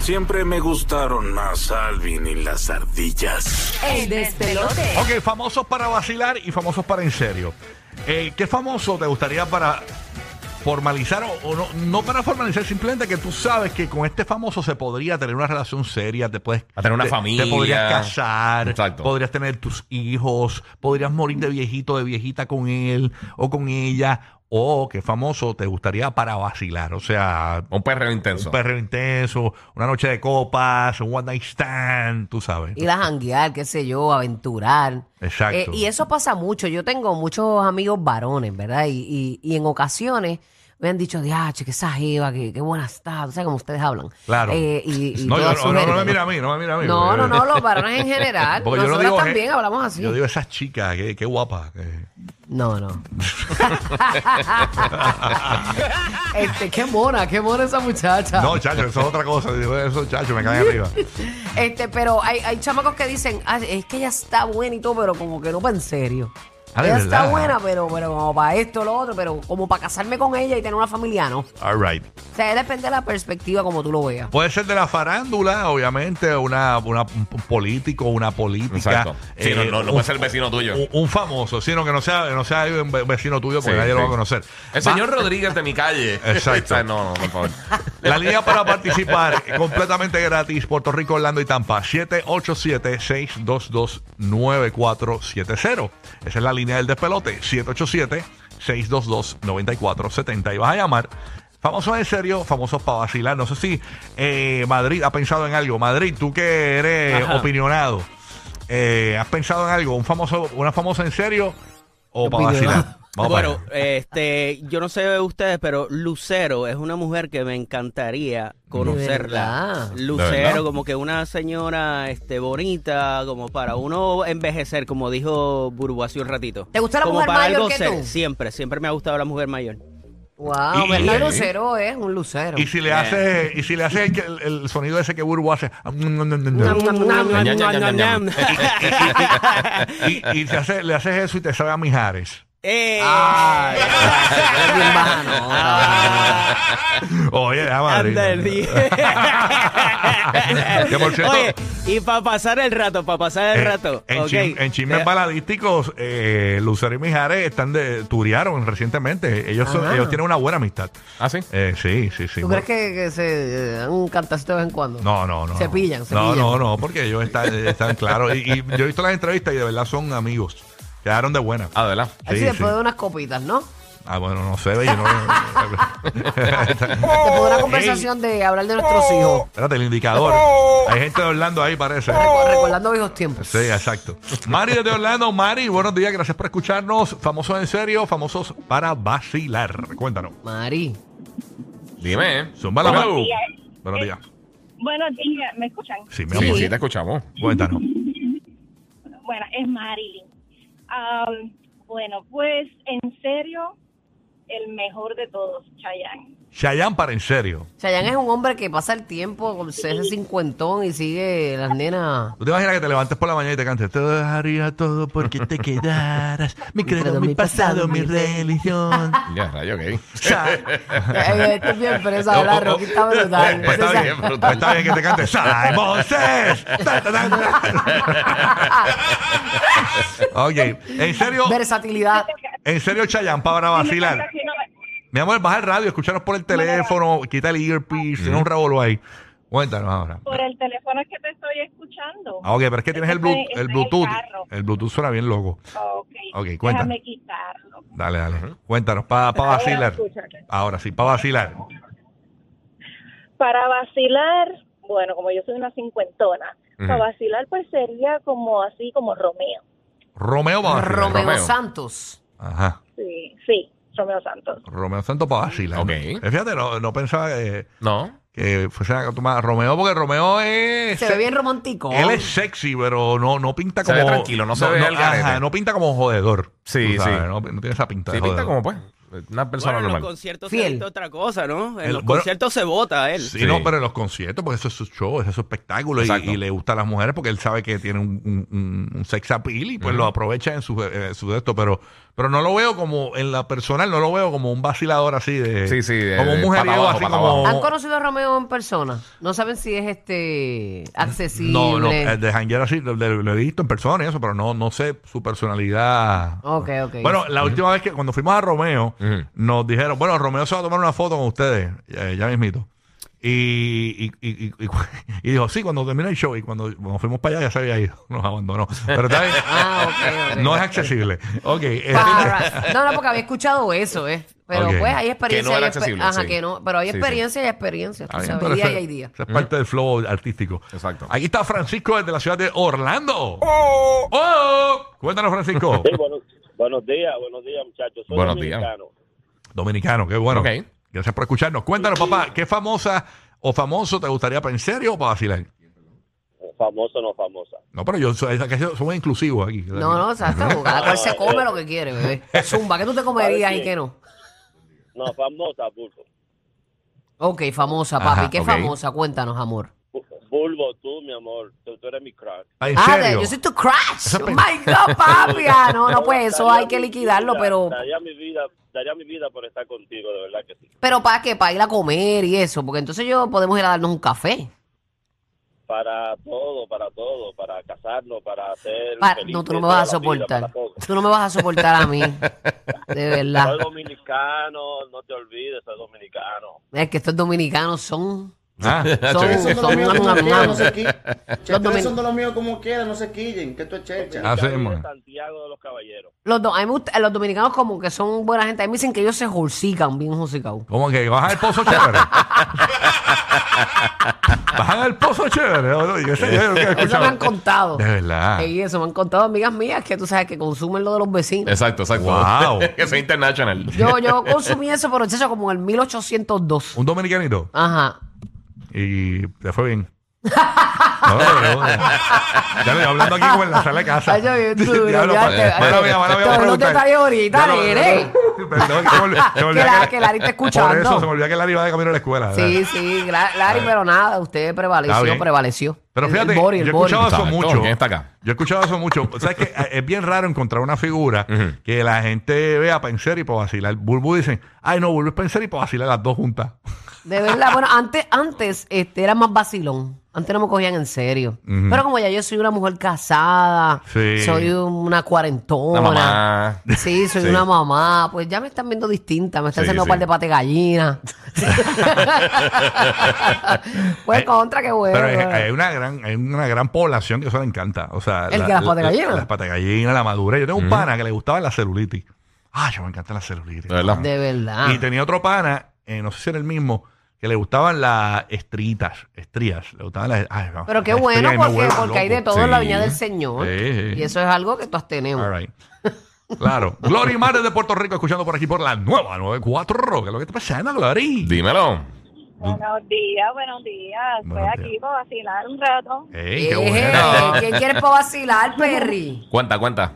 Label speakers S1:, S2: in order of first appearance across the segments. S1: Siempre me gustaron más Alvin y las ardillas.
S2: el despelote.
S3: Ok, famosos para vacilar y famosos para en serio. Eh, ¿Qué famoso te gustaría para formalizar o, o no? No para formalizar, simplemente que tú sabes que con este famoso se podría tener una relación seria, te puedes...
S4: A tener una
S3: te-
S4: familia.
S3: Te podrías casar,
S4: Exacto.
S3: podrías tener tus hijos, podrías morir de viejito, de viejita con él o con ella. O qué famoso te gustaría para vacilar, o sea...
S4: Un perreo intenso.
S3: Un perreo intenso, una noche de copas, un one night stand, tú sabes.
S2: Ir a janguear, qué sé yo, aventurar.
S3: Exacto.
S2: Eh, y eso pasa mucho. Yo tengo muchos amigos varones, ¿verdad? Y, y- y en ocasiones me han dicho, diache, que esa jeva, que, que buena está. Tú sabes cómo ustedes hablan.
S3: Claro.
S2: Eh, y, y
S3: no, yo
S2: todas
S3: no,
S2: sus
S3: no, no me
S2: géneros.
S3: mira a mí, no me mira a mí.
S2: No,
S3: porque-
S2: no, no, los varones en general.
S3: Porque yo no
S2: Nosotras
S3: digo,
S2: también
S3: eh,
S2: hablamos así.
S3: Yo digo, esas chicas, qué, qué guapa. eh.
S2: No, no. este, qué mona, qué mona esa muchacha.
S3: No, chacho, eso es otra cosa. Digo, Eso, chacho, me caen arriba.
S2: Este, pero hay, hay chamacos que dicen, "Ah, es que ella está buena y todo, pero como que no para en serio.
S3: Ah, ¿de
S2: ella está
S3: verdad?
S2: buena, pero, pero como para esto, lo otro, pero como para casarme con ella y tener una familia, no. O
S3: All right.
S2: sea, depende de la perspectiva como tú lo veas.
S3: Puede ser de la farándula, obviamente, una, una- un político, una política. eh,
S4: Exacto. Sí, no, no, no puede ser vecino tuyo.
S3: Un, un famoso, sino que no sea, no sea un ve- vecino tuyo porque
S4: Sí,
S3: nadie lo
S4: sí.
S3: va a conocer.
S4: El
S3: Va-
S4: señor Rodríguez de mi calle.
S3: Exacto.
S4: O sea, no, no, por favor.
S3: La línea para participar eh, completamente gratis, Puerto Rico, Orlando y Tampa, 787-622-9470. Esa es la línea del despelote, 787-622-9470. Y vas a llamar. Famosos en serio, famosos para vacilar. No sé si eh, Madrid ha pensado en algo. Madrid, tú que eres opinionado, eh, ¿has pensado en algo? ¿Un famoso, ¿Una famosa en serio o para vacilar? Vamos para
S5: bueno,
S3: allá.
S6: este, yo no sé de ustedes, pero Lucero es una mujer que me encantaría conocerla.
S2: verdad?
S3: ¿De verdad?
S6: Lucero, como que una señora este, bonita, como para uno envejecer, como dijo Burbu hace un ratito.
S2: ¿Te gusta la
S6: Como
S2: mujer
S6: para
S2: mayor
S6: algo
S2: que
S6: ser-
S2: tú?
S6: Siempre, siempre me ha gustado la mujer mayor.
S2: Wow,
S3: Y-
S2: ¿verdad?
S3: y-
S2: lucero ¿eh? es un lucero.
S3: Y si le hace, y si le hace el, que- el- el sonido ese que Burbu hace, ah, mm,
S4: ñam, ñam, ñam, ñam.
S3: y, y te hace- le haces eso y te sabe a Mijares.
S6: ¡Eh!
S2: Es bien baja,
S3: Oye, deja Madrid.
S6: Anda el día.
S3: Que por cierto-
S6: Oye, y para pasar el rato, para pasar el
S3: Eh,
S6: rato.
S3: en,
S6: ok.
S3: chim- en chismes
S6: Te-
S3: baladísticos, eh, Lucero y Mijares están de, turearon recientemente. Ellos, son-
S2: Ajá.
S3: ellos tienen una buena amistad.
S4: ¿Ah, sí?
S3: Eh, sí, sí, sí.
S2: ¿Tú crees que, que se eh, dan un cantacito de vez en cuando?
S3: No, no, no.
S2: Se
S3: no.
S2: pillan, se
S3: no,
S2: pillan.
S3: No, no, porque ellos están, están claros. Y, y yo he visto las entrevistas y de verdad son amigos. Quedaron de buena.
S4: Ah, de verdad.
S2: Así
S3: sí,
S2: después
S3: sí.
S2: de unas copitas, ¿no?
S3: Ah, bueno, no sé, yo no.
S2: Después de una conversación de hablar de nuestros hijos.
S3: Espérate, el indicador. Hay gente de Orlando ahí, parece.
S2: Recordando viejos tiempos.
S3: Sí, exacto. Mari desde Orlando. Mari, buenos días, gracias por escucharnos. Famosos en serio, famosos para vacilar. Cuéntanos.
S2: Mari.
S4: Dime, ¿eh?
S3: Zumba la
S4: Buenos
S3: Maru.
S4: días.
S3: Buenos días.
S7: Buenos días, ¿me escuchan?
S3: Sí, mi
S4: Sí,
S3: amor.
S4: sí, te escuchamos.
S3: Cuéntanos.
S7: Bueno, es Marilyn. Am, bueno, pues en serio, el mejor de todos, Chayanne.
S3: Chayanne para en serio.
S2: Chayanne es un hombre que pasa el tiempo con ese cincuentón y sigue las nenas.
S3: ¿Tú te imaginas que te levantes por la mañana y te cantes? Te dejaría todo porque te quedaras. Mi credo,
S2: Pero
S3: mi
S2: mi
S3: pasado,
S2: pasado,
S3: mi
S2: mi-
S3: religión.
S4: Ya, rayo, ok.
S3: Sa-
S2: Eh, Esto es bien presa, ¿verdad? Rocky está brutal.
S3: Pues está
S2: Esa-
S3: bien, pues está bien que te cantes Simon Says. Ta, ta, ta, ta. ok, en serio,
S2: Versatilidad.
S3: en serio, Chayanne, para vacilar. Mi amor, baja el radio, escúchanos por el teléfono, quita el earpiece, tiene un revolú ahí. Cuéntanos ahora.
S7: Por el teléfono es que te estoy escuchando.
S3: Ah, ok, pero es que tienes el, Bluetooth,
S7: Está- está
S3: el
S7: en el
S3: Bluetooth.
S7: carro.
S3: El Bluetooth suena bien loco.
S7: Ok,
S3: Ok, cuéntame.
S7: déjame quitarlo.
S3: Dale, dale. Cuéntanos, para pa vacilar.
S7: escúchate.
S3: Ahora sí, para vacilar.
S7: Para vacilar, bueno, como yo soy una cincuentona, para
S4: Ujú.
S7: vacilar pues sería como así, como Romeo.
S3: Romeo para vacilar.
S2: Romeo,
S4: Romeo.
S2: Santos.
S3: Ajá.
S7: Sí, sí, Romeo Santos.
S3: Romeo Santos para vacilar.
S4: Ok.
S3: Eh, Fíjate, no, no pensaba eh,
S4: No.
S3: que fuese a tomar Romeo, porque Romeo es.
S2: Se ve bien romántico.
S3: Él es sexy, pero no, no pinta
S4: Se
S3: como.
S4: ve tranquilo, no se ve al
S3: ajá,
S4: garete.
S3: no pinta como jodedor.
S4: Sí,
S3: Tú sabes,
S4: sí.
S3: No, no tiene esa pinta. de
S4: Sí, pinta
S3: jodedor.
S4: como pues. Una persona
S6: Bueno, en los
S4: normal.
S6: conciertos
S2: Fiel.
S6: se viste otra cosa, ¿no? En
S3: El-
S6: los
S3: bueno,
S6: conciertos se vota él.
S3: Sí,
S4: Sí.
S3: no, pero en los conciertos, porque eso es su show, ese es su espectáculo y-
S4: Exacto.
S3: y, le gusta a las mujeres porque él sabe que tiene un, un- un- un sex appeal y pues lo aprovecha en su, eh, su de esto, pero, pero no lo veo como, en la personal, no lo veo como un vacilador así de...
S4: Sí, sí, de-
S3: como un
S4: de
S3: mujeriego
S4: pata
S3: así
S4: abajo, pata
S3: como...
S2: ¿Han conocido a Romeo en persona? No saben si es este accesible.
S3: No, no, el de Janger así lo, lo- lo he visto en persona y eso, pero no, no sé su personalidad.
S2: Ok, ok.
S3: Bueno, la última vez que cuando fuimos a Romeo,
S4: Ujú.
S3: nos dijeron, bueno, Romeo se va a tomar una foto con ustedes, eh, ya mismito. Y, y, y, y, y dijo, sí, cuando termine el show, y cuando, cuando fuimos para allá ya se había ido, nos abandonó. Pero está bien,
S2: Ah, ok, ok.
S3: no es accesible. Ok, este-
S2: Para- No, no, porque había escuchado eso, ¿eh? Pero
S3: Ok.
S2: pues hay experiencia.
S4: era
S2: hay exper-
S4: accesible,
S2: Ajá,
S4: sí.
S2: que no. Pero hay
S4: Sí, sí.
S2: experiencia y experiencia. tú
S3: está bien,
S2: sabes,
S3: pero
S2: día
S3: ese-
S2: y hay día.
S3: ese es parte del flow artístico.
S4: Exacto.
S3: Aquí está Francisco desde la ciudad de Orlando. ¡Oh! Cuéntanos, Francisco.
S5: Sí, buenos, buenos días, buenos días, muchachos. Soy
S4: Buenos
S5: dominicano.
S3: Dominicano, qué bueno.
S4: Ok.
S3: Gracias por escucharnos. Cuéntanos, papá, ¿qué famosa o famoso te gustaría para en serio o para vacilar?
S5: Eh, Famoso no famosa.
S3: No, pero yo soy, que somos inclusivos aquí.
S2: No, no, exacto. Cada cual se come lo que quiere, bebé. Zumba, ¿qué tú te comerías y qué no?
S5: No, famosa, Bulbo.
S2: Ok, famosa, papi.
S3: Ajá,
S2: ¿Qué
S3: ok.
S2: famosa? Cuéntanos, amor.
S5: Bulbo, tú, mi amor, tú, tú eres mi crack.
S3: Ah, ¿En
S2: Ah, de-
S3: serio?
S2: yo soy tu crush.
S3: Eso
S2: Oh
S3: pe-
S2: my God, papi. Ah, no, no, pues eso
S5: Daría
S2: hay que
S5: mi
S2: liquidarlo,
S5: vida,
S2: pero.
S5: Daría mi vida, daría mi vida por estar contigo, de verdad que sí.
S2: Pero para qué, para ir a comer y eso, porque entonces yo podemos ir a darnos un café.
S5: Para todo, para todo, para casarnos, para hacer...
S2: Pa- Ah,
S5: felices
S2: no, tú no me
S5: toda
S2: vas a
S5: la vida,
S2: soportar.
S5: para todo.
S2: Tú no me vas a soportar a mí. De verdad.
S5: Soy dominicano, no te olvides, soy dominicano.
S2: Es que estos dominicanos son.
S3: Ah,
S2: Son, son, Los domin-
S8: los míos como quieran, no se quillen, que esto es chercha.
S3: Ah, sí,
S5: Soy de
S3: man.
S5: Santiago de los Caballeros.
S2: los, do- a mí me gusta- los dominicanos como que son buena gente. A mí me dicen que ellos se jorcican, bien jorcicados.
S3: ¿Cómo que bajan el pozo chévere? bajan el pozo chévere. No, no, yo sé, yo nunca he
S2: Eso
S3: escuchado.
S2: me han contado.
S3: De verdad.
S2: Y eso me han contado amigas mías que tú sabes que consumen lo de los vecinos.
S4: Exacto, exacto.
S3: Wow.
S4: que sea international.
S2: Yo, yo consumí eso, pero eso como en el 1802.
S3: Un dominicanito.
S2: Ajá.
S3: Y te fue bien. No, no, no, no. Ya le hablando aquí como en la sala de casa.
S2: Ay, yo bien duro,
S3: Diablo,
S2: ya
S3: pa-
S2: te- ay,
S3: mala mía, mala mía, voy a
S2: todos los
S3: preguntar.
S2: detalles ahorita,
S3: Ya no,
S2: nene.
S3: Perdón, que se me olvidó- se me
S2: Que
S3: olvidó
S2: la- que Larry está
S3: Por eso
S2: escuchando.
S3: se me olvidó que Larry va de camino a la escuela.
S2: Sí, sí, Gra- Larry, pero nada, usted
S3: Está
S2: prevaleció,
S3: bien.
S2: prevaleció.
S3: Pero
S2: El- el
S3: fíjate,
S2: body, el
S3: yo he
S2: body.
S3: escuchado eso
S4: Exacto,
S3: mucho.
S4: ¿quién está acá?
S3: Yo he escuchado eso mucho. O sea, es que eh, es bien raro encontrar una figura
S4: Ujú.
S3: que la gente vea para en serio y para vacilar. Bulbu dicen, ay, no, Bulbu es para en serio y para vacilar las dos juntas.
S2: De verdad, bueno, antes, antes este, era más vacilón. Antes no me cogían en serio. Pero como ya yo soy una mujer casada,
S3: Sí.
S2: soy una cuarentona.
S4: La mamá.
S2: Sí, soy
S4: Sí.
S2: una mamá. Pues ya me están viendo distinta. Me están
S4: Sí,
S2: haciendo
S4: sí.
S2: un par de pate gallina. pues
S3: Ay,
S2: contra, qué bueno.
S3: Pero eh, hay, hay una gran, hay una gran población que eso le encanta. O sea,
S2: ¿El que las patas gallinas?
S3: Las patas gallinas, la madura. Yo tengo un pana que le gustaba la celulitis. Ah, yo me encanta la celulitis.
S4: De verdad.
S2: de verdad.
S3: eh, Y tenía otro pana, eh, no sé si era el mismo, que le gustaban las estritas, estrías. Le gustaban las. ay, no,
S2: Pero qué
S3: las
S2: bueno,
S3: estrías y me
S2: porque,
S3: vuelvo
S2: porque hay de
S3: loco.
S2: todo en la
S4: Sí.
S2: viña del Señor.
S3: Sí, sí.
S2: Y eso es algo que todos tenemos.
S3: All right. Claro. Glory Mares de Puerto Rico, escuchando por aquí por la nueva 94. ¿Qué es lo que está pasando, Glory?
S4: Dímelo.
S7: Buenos días, buenos días. Estoy
S3: Buenos
S7: aquí para vacilar un rato.
S2: Eh,
S3: Ey, qué
S2: Eje,
S3: bueno.
S2: eh, ¿Quién quiere para vacilar, Perry?
S4: Cuenta, cuenta.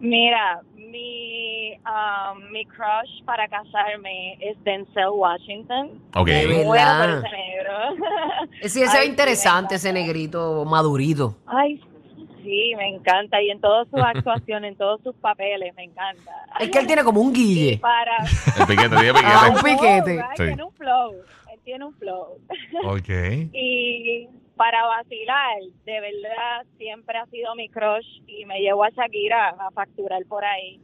S7: Mira, mi, ah, mi crush para casarme es Denzel Washington.
S4: Ok.
S2: De verdad.
S7: Bueno, pero ese negro.
S2: Eh, Sí, ese
S7: Ay,
S2: es interesante,
S7: me
S2: ese
S7: encanta.
S2: negrito madurito.
S7: Ay, sí, me encanta. Y en todas sus actuaciones, en todos sus papeles, me encanta.
S2: Es que él tiene como un guille.
S7: Para...
S4: El piquete, tiene piquete.
S2: Ah, un piquete.
S7: Ay,
S4: Sí.
S7: Tiene un flow, él tiene un flow.
S3: Ok.
S7: Y para vacilar, de verdad, siempre ha sido mi crush y me llevo a Shakira a facturar por ahí.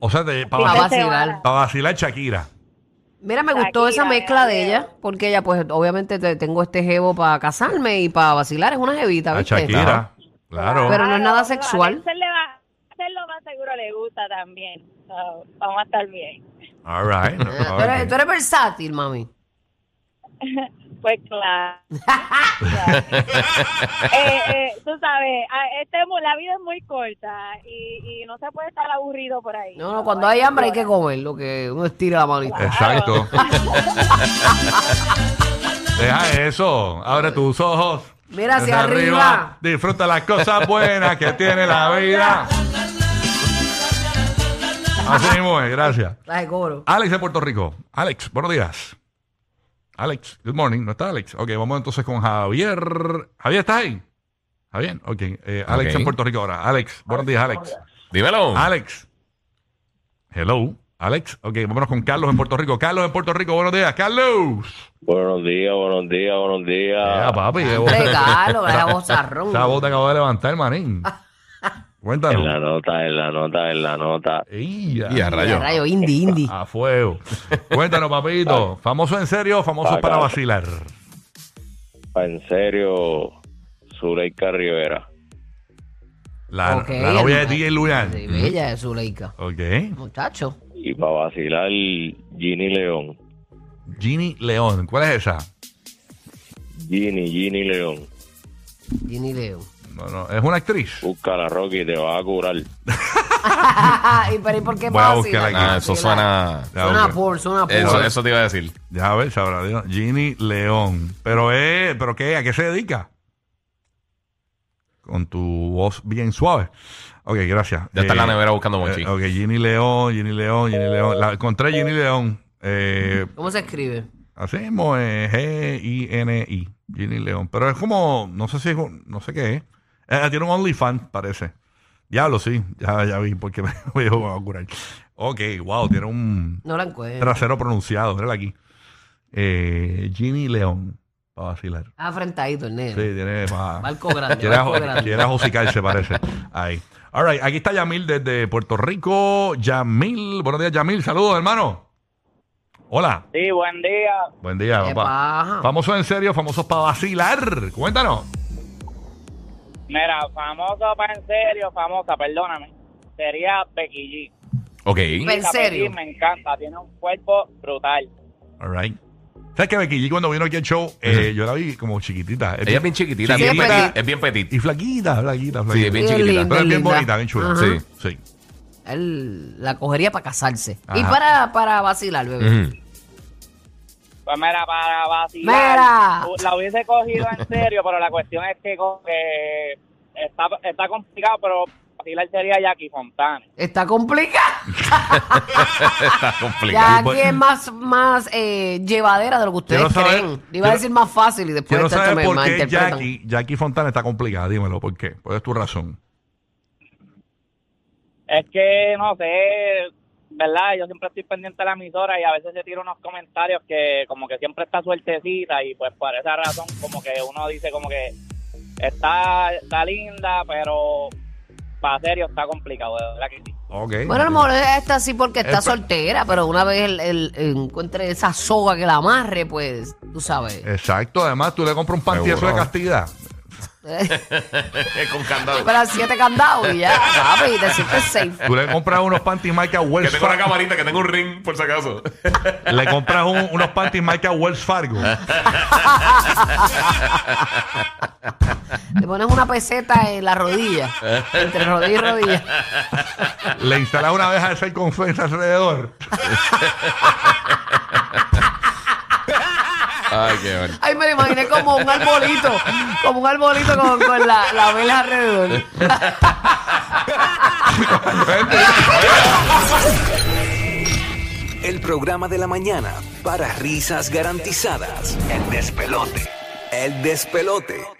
S3: O sea, de- para
S2: Para
S7: Fíjate
S3: vacilar,
S2: vacilar.
S7: ahora.
S3: pa' vacilar Shakira.
S2: Mira, me gustó esa
S7: Shakira,
S2: mezcla de
S7: Gabriel.
S2: ella, porque ella, pues, obviamente te- tengo este jevo para casarme y para vacilar. Es una jevita,
S3: A
S2: ¿viste? Ah.
S3: Shakira. Claro.
S2: Pero no es nada
S7: Claro, claro,
S2: sexual.
S7: a él se le va, a él lo más seguro le gusta también. So, vamos a estar bien.
S3: All right.
S2: Ah, Tú eres, tú eres versátil, mami.
S7: Pues claro. Eh, eh, tú sabes, a- este, mu- la vida es muy corta y, y no se puede estar aburrido por ahí.
S2: No, no, cuando hay hambre hay que comer, lo que uno estira la manita.
S3: Eh. Exacto. Deja eso. Abre tus ojos.
S2: Mira hacia
S3: Desde
S2: arriba.
S3: Disfruta las cosas buenas que tiene la vida. Así mismo es, gracias.
S2: La de coro.
S3: Alex de Puerto Rico. Alex, buenos días. Alex, good morning. ¿No está Alex? Ok, vamos entonces con Javier. Javier, ¿estás ahí? Javier, ok. Eh, Alex
S4: Ok.
S3: en Puerto Rico ahora. Alex, buenos días, Alex.
S4: Dímelo.
S3: Alex. Hello. Alex. Ok, vámonos con Carlos en Puerto Rico. Carlos en Puerto Rico, buenos días. Carlos.
S5: Buenos días, buenos días, buenos
S3: Ya,
S5: días.
S3: papi. qué voz-
S2: Regalo, la bozarrón.
S3: Esa voz te acabo de levantar, manín.
S5: En la
S3: Cuéntanos.
S5: nota, en la nota, en la nota.
S3: Ey,
S4: Y a
S3: ya.
S4: rayo.
S2: Rayo, indie, indie.
S3: A fuego. Cuéntanos, papito. ¿Famoso en serio o famoso
S5: Pa'
S3: para
S5: acá.
S3: vacilar?
S5: En serio, Zuleika Rivera.
S3: Ah, La,
S2: Ok,
S3: la novia de
S2: hermano.
S3: DJ Luyan.
S2: Sí, bella es Zuleika.
S3: Ok.
S2: Muchacho.
S5: Y para vacilar, Ginny León.
S3: Ginny León. ¿Cuál es esa?
S5: Ginny, Ginny León.
S2: Jenny Leo.
S3: No, no, es una actriz.
S5: Busca la Rocky, te vas a curar.
S2: ¿Y pero ¿y por qué
S3: Voy a
S2: vacila?
S3: buscarla aquí.
S4: Ah, eso suena.
S3: Ya,
S2: Suena
S3: ok.
S2: por, suena por.
S4: Eso, eso te iba a decir.
S3: Ya ves, sabrá Dios. Ginny León. Pero eh, ¿pero qué? ¿A qué se dedica? Con tu voz bien suave. Ok, gracias.
S4: Ya está en
S3: Eh,
S4: la nevera buscando
S3: eh,
S4: mochi.
S3: ok, Ginny León, Ginny León, Ginny León. La encontré Ginny León. Eh,
S2: ¿Cómo se escribe?
S3: hacemos eh, G-I-N-I. Ginny León. Pero es como, no sé si es, un- no sé qué es. Eh, tiene un OnlyFans, parece. Diablo, sí. Ya, ya vi porque me voy a curar. Ok, wow, tiene un
S2: No la encuentro.
S3: trasero Eh, pronunciado, mírala aquí. Eh, Ginny León, para vacilar.
S2: Ah, frentadito el
S3: Sí,
S2: negro.
S3: tiene para...
S2: Barco grande,
S3: Quiere,
S2: barco
S3: ajo-
S2: grande.
S3: quiere ajosicarse, parece. Ahí. All right, aquí está Yamil desde Puerto Rico. Yamil, buenos días, Yamil. Saludos, hermano. Hola.
S5: Sí, buen día.
S3: Buen día,
S2: Qué
S3: papá.
S2: paja.
S3: Famosos en serio, famosos para vacilar. Cuéntanos.
S5: Mira, famoso para en serio, famosa, perdóname. Sería Becky G.
S4: Ok.
S2: ¿En
S5: Esa
S2: serio?
S5: Becky me encanta, tiene un cuerpo brutal.
S3: All right. ¿Sabes que Becky G cuando vino aquí al show, eh, yo la vi como chiquitita.
S4: Ella es bien chiquitita.
S3: Sí,
S4: bien
S3: es
S4: petit-
S3: petit.
S4: es bien petit.
S3: Y flaquita, flaquita, flaquita.
S4: Sí, es bien
S2: Qué
S4: chiquitita.
S2: lindo.
S3: Pero es bien
S2: linda.
S3: bonita, bien chula.
S2: Ajá.
S3: Sí, sí.
S2: Él la cogería para casarse. Y
S3: Ajá.
S2: para, para vacilar, bebé.
S4: Ujú.
S5: Pues mira, para
S2: Mira.
S5: vacilar, la hubiese cogido en serio, pero la cuestión es que como que está, está complicado, pero vacilar sería Jackie Fontana.
S2: Está complicado.
S4: Está complicado.
S2: Ya aquí es más, más eh, llevadera de lo que ustedes
S3: pues- Quiero saber-
S2: creen. Le Iba
S3: quiero-
S2: a decir más fácil y después
S3: Quiero
S2: chacho,
S3: saber
S2: me
S3: por qué
S2: malinterpretan.
S3: Jackie, Jackie Fontana está complicada. Dímelo, ¿por qué? ¿Cuál es tu razón?
S5: Es que, no sé, ¿verdad? Yo siempre estoy pendiente de la emisora y a veces se tira unos comentarios que como que siempre está suertecita y pues por esa razón como que uno dice como que está, está linda, pero para serio está complicado, de verdad que sí.
S3: Ok.
S2: Bueno, a lo mejor esta sí porque está
S3: Eh, pero-
S2: soltera, pero una vez el, el- encuentre esa soga que la amarre, pues, tú sabes.
S3: Eh. Exacto, además tú le compras un pantiazo
S4: Seguro.
S3: de castidad.
S4: Con candado.
S2: Para siete candados y ya, papi, te sientes safe.
S3: Tú le compras unos panties marca
S4: Que
S3: Wells
S4: tengo una
S3: Fargo.
S4: camarita, que tengo un ring, por si acaso.
S3: Le compras un- unos panties marca Wells Fargo.
S2: Le pones una peseta en la rodilla, entre rodilla y rodilla.
S3: Le instalas una abeja de seis confesas alrededor.
S4: Ay, qué bueno.
S2: Ay, me lo imaginé como un arbolito, como un arbolito con, con la, la vela alrededor.
S9: El programa de la mañana para risas garantizadas. El despelote. El despelote.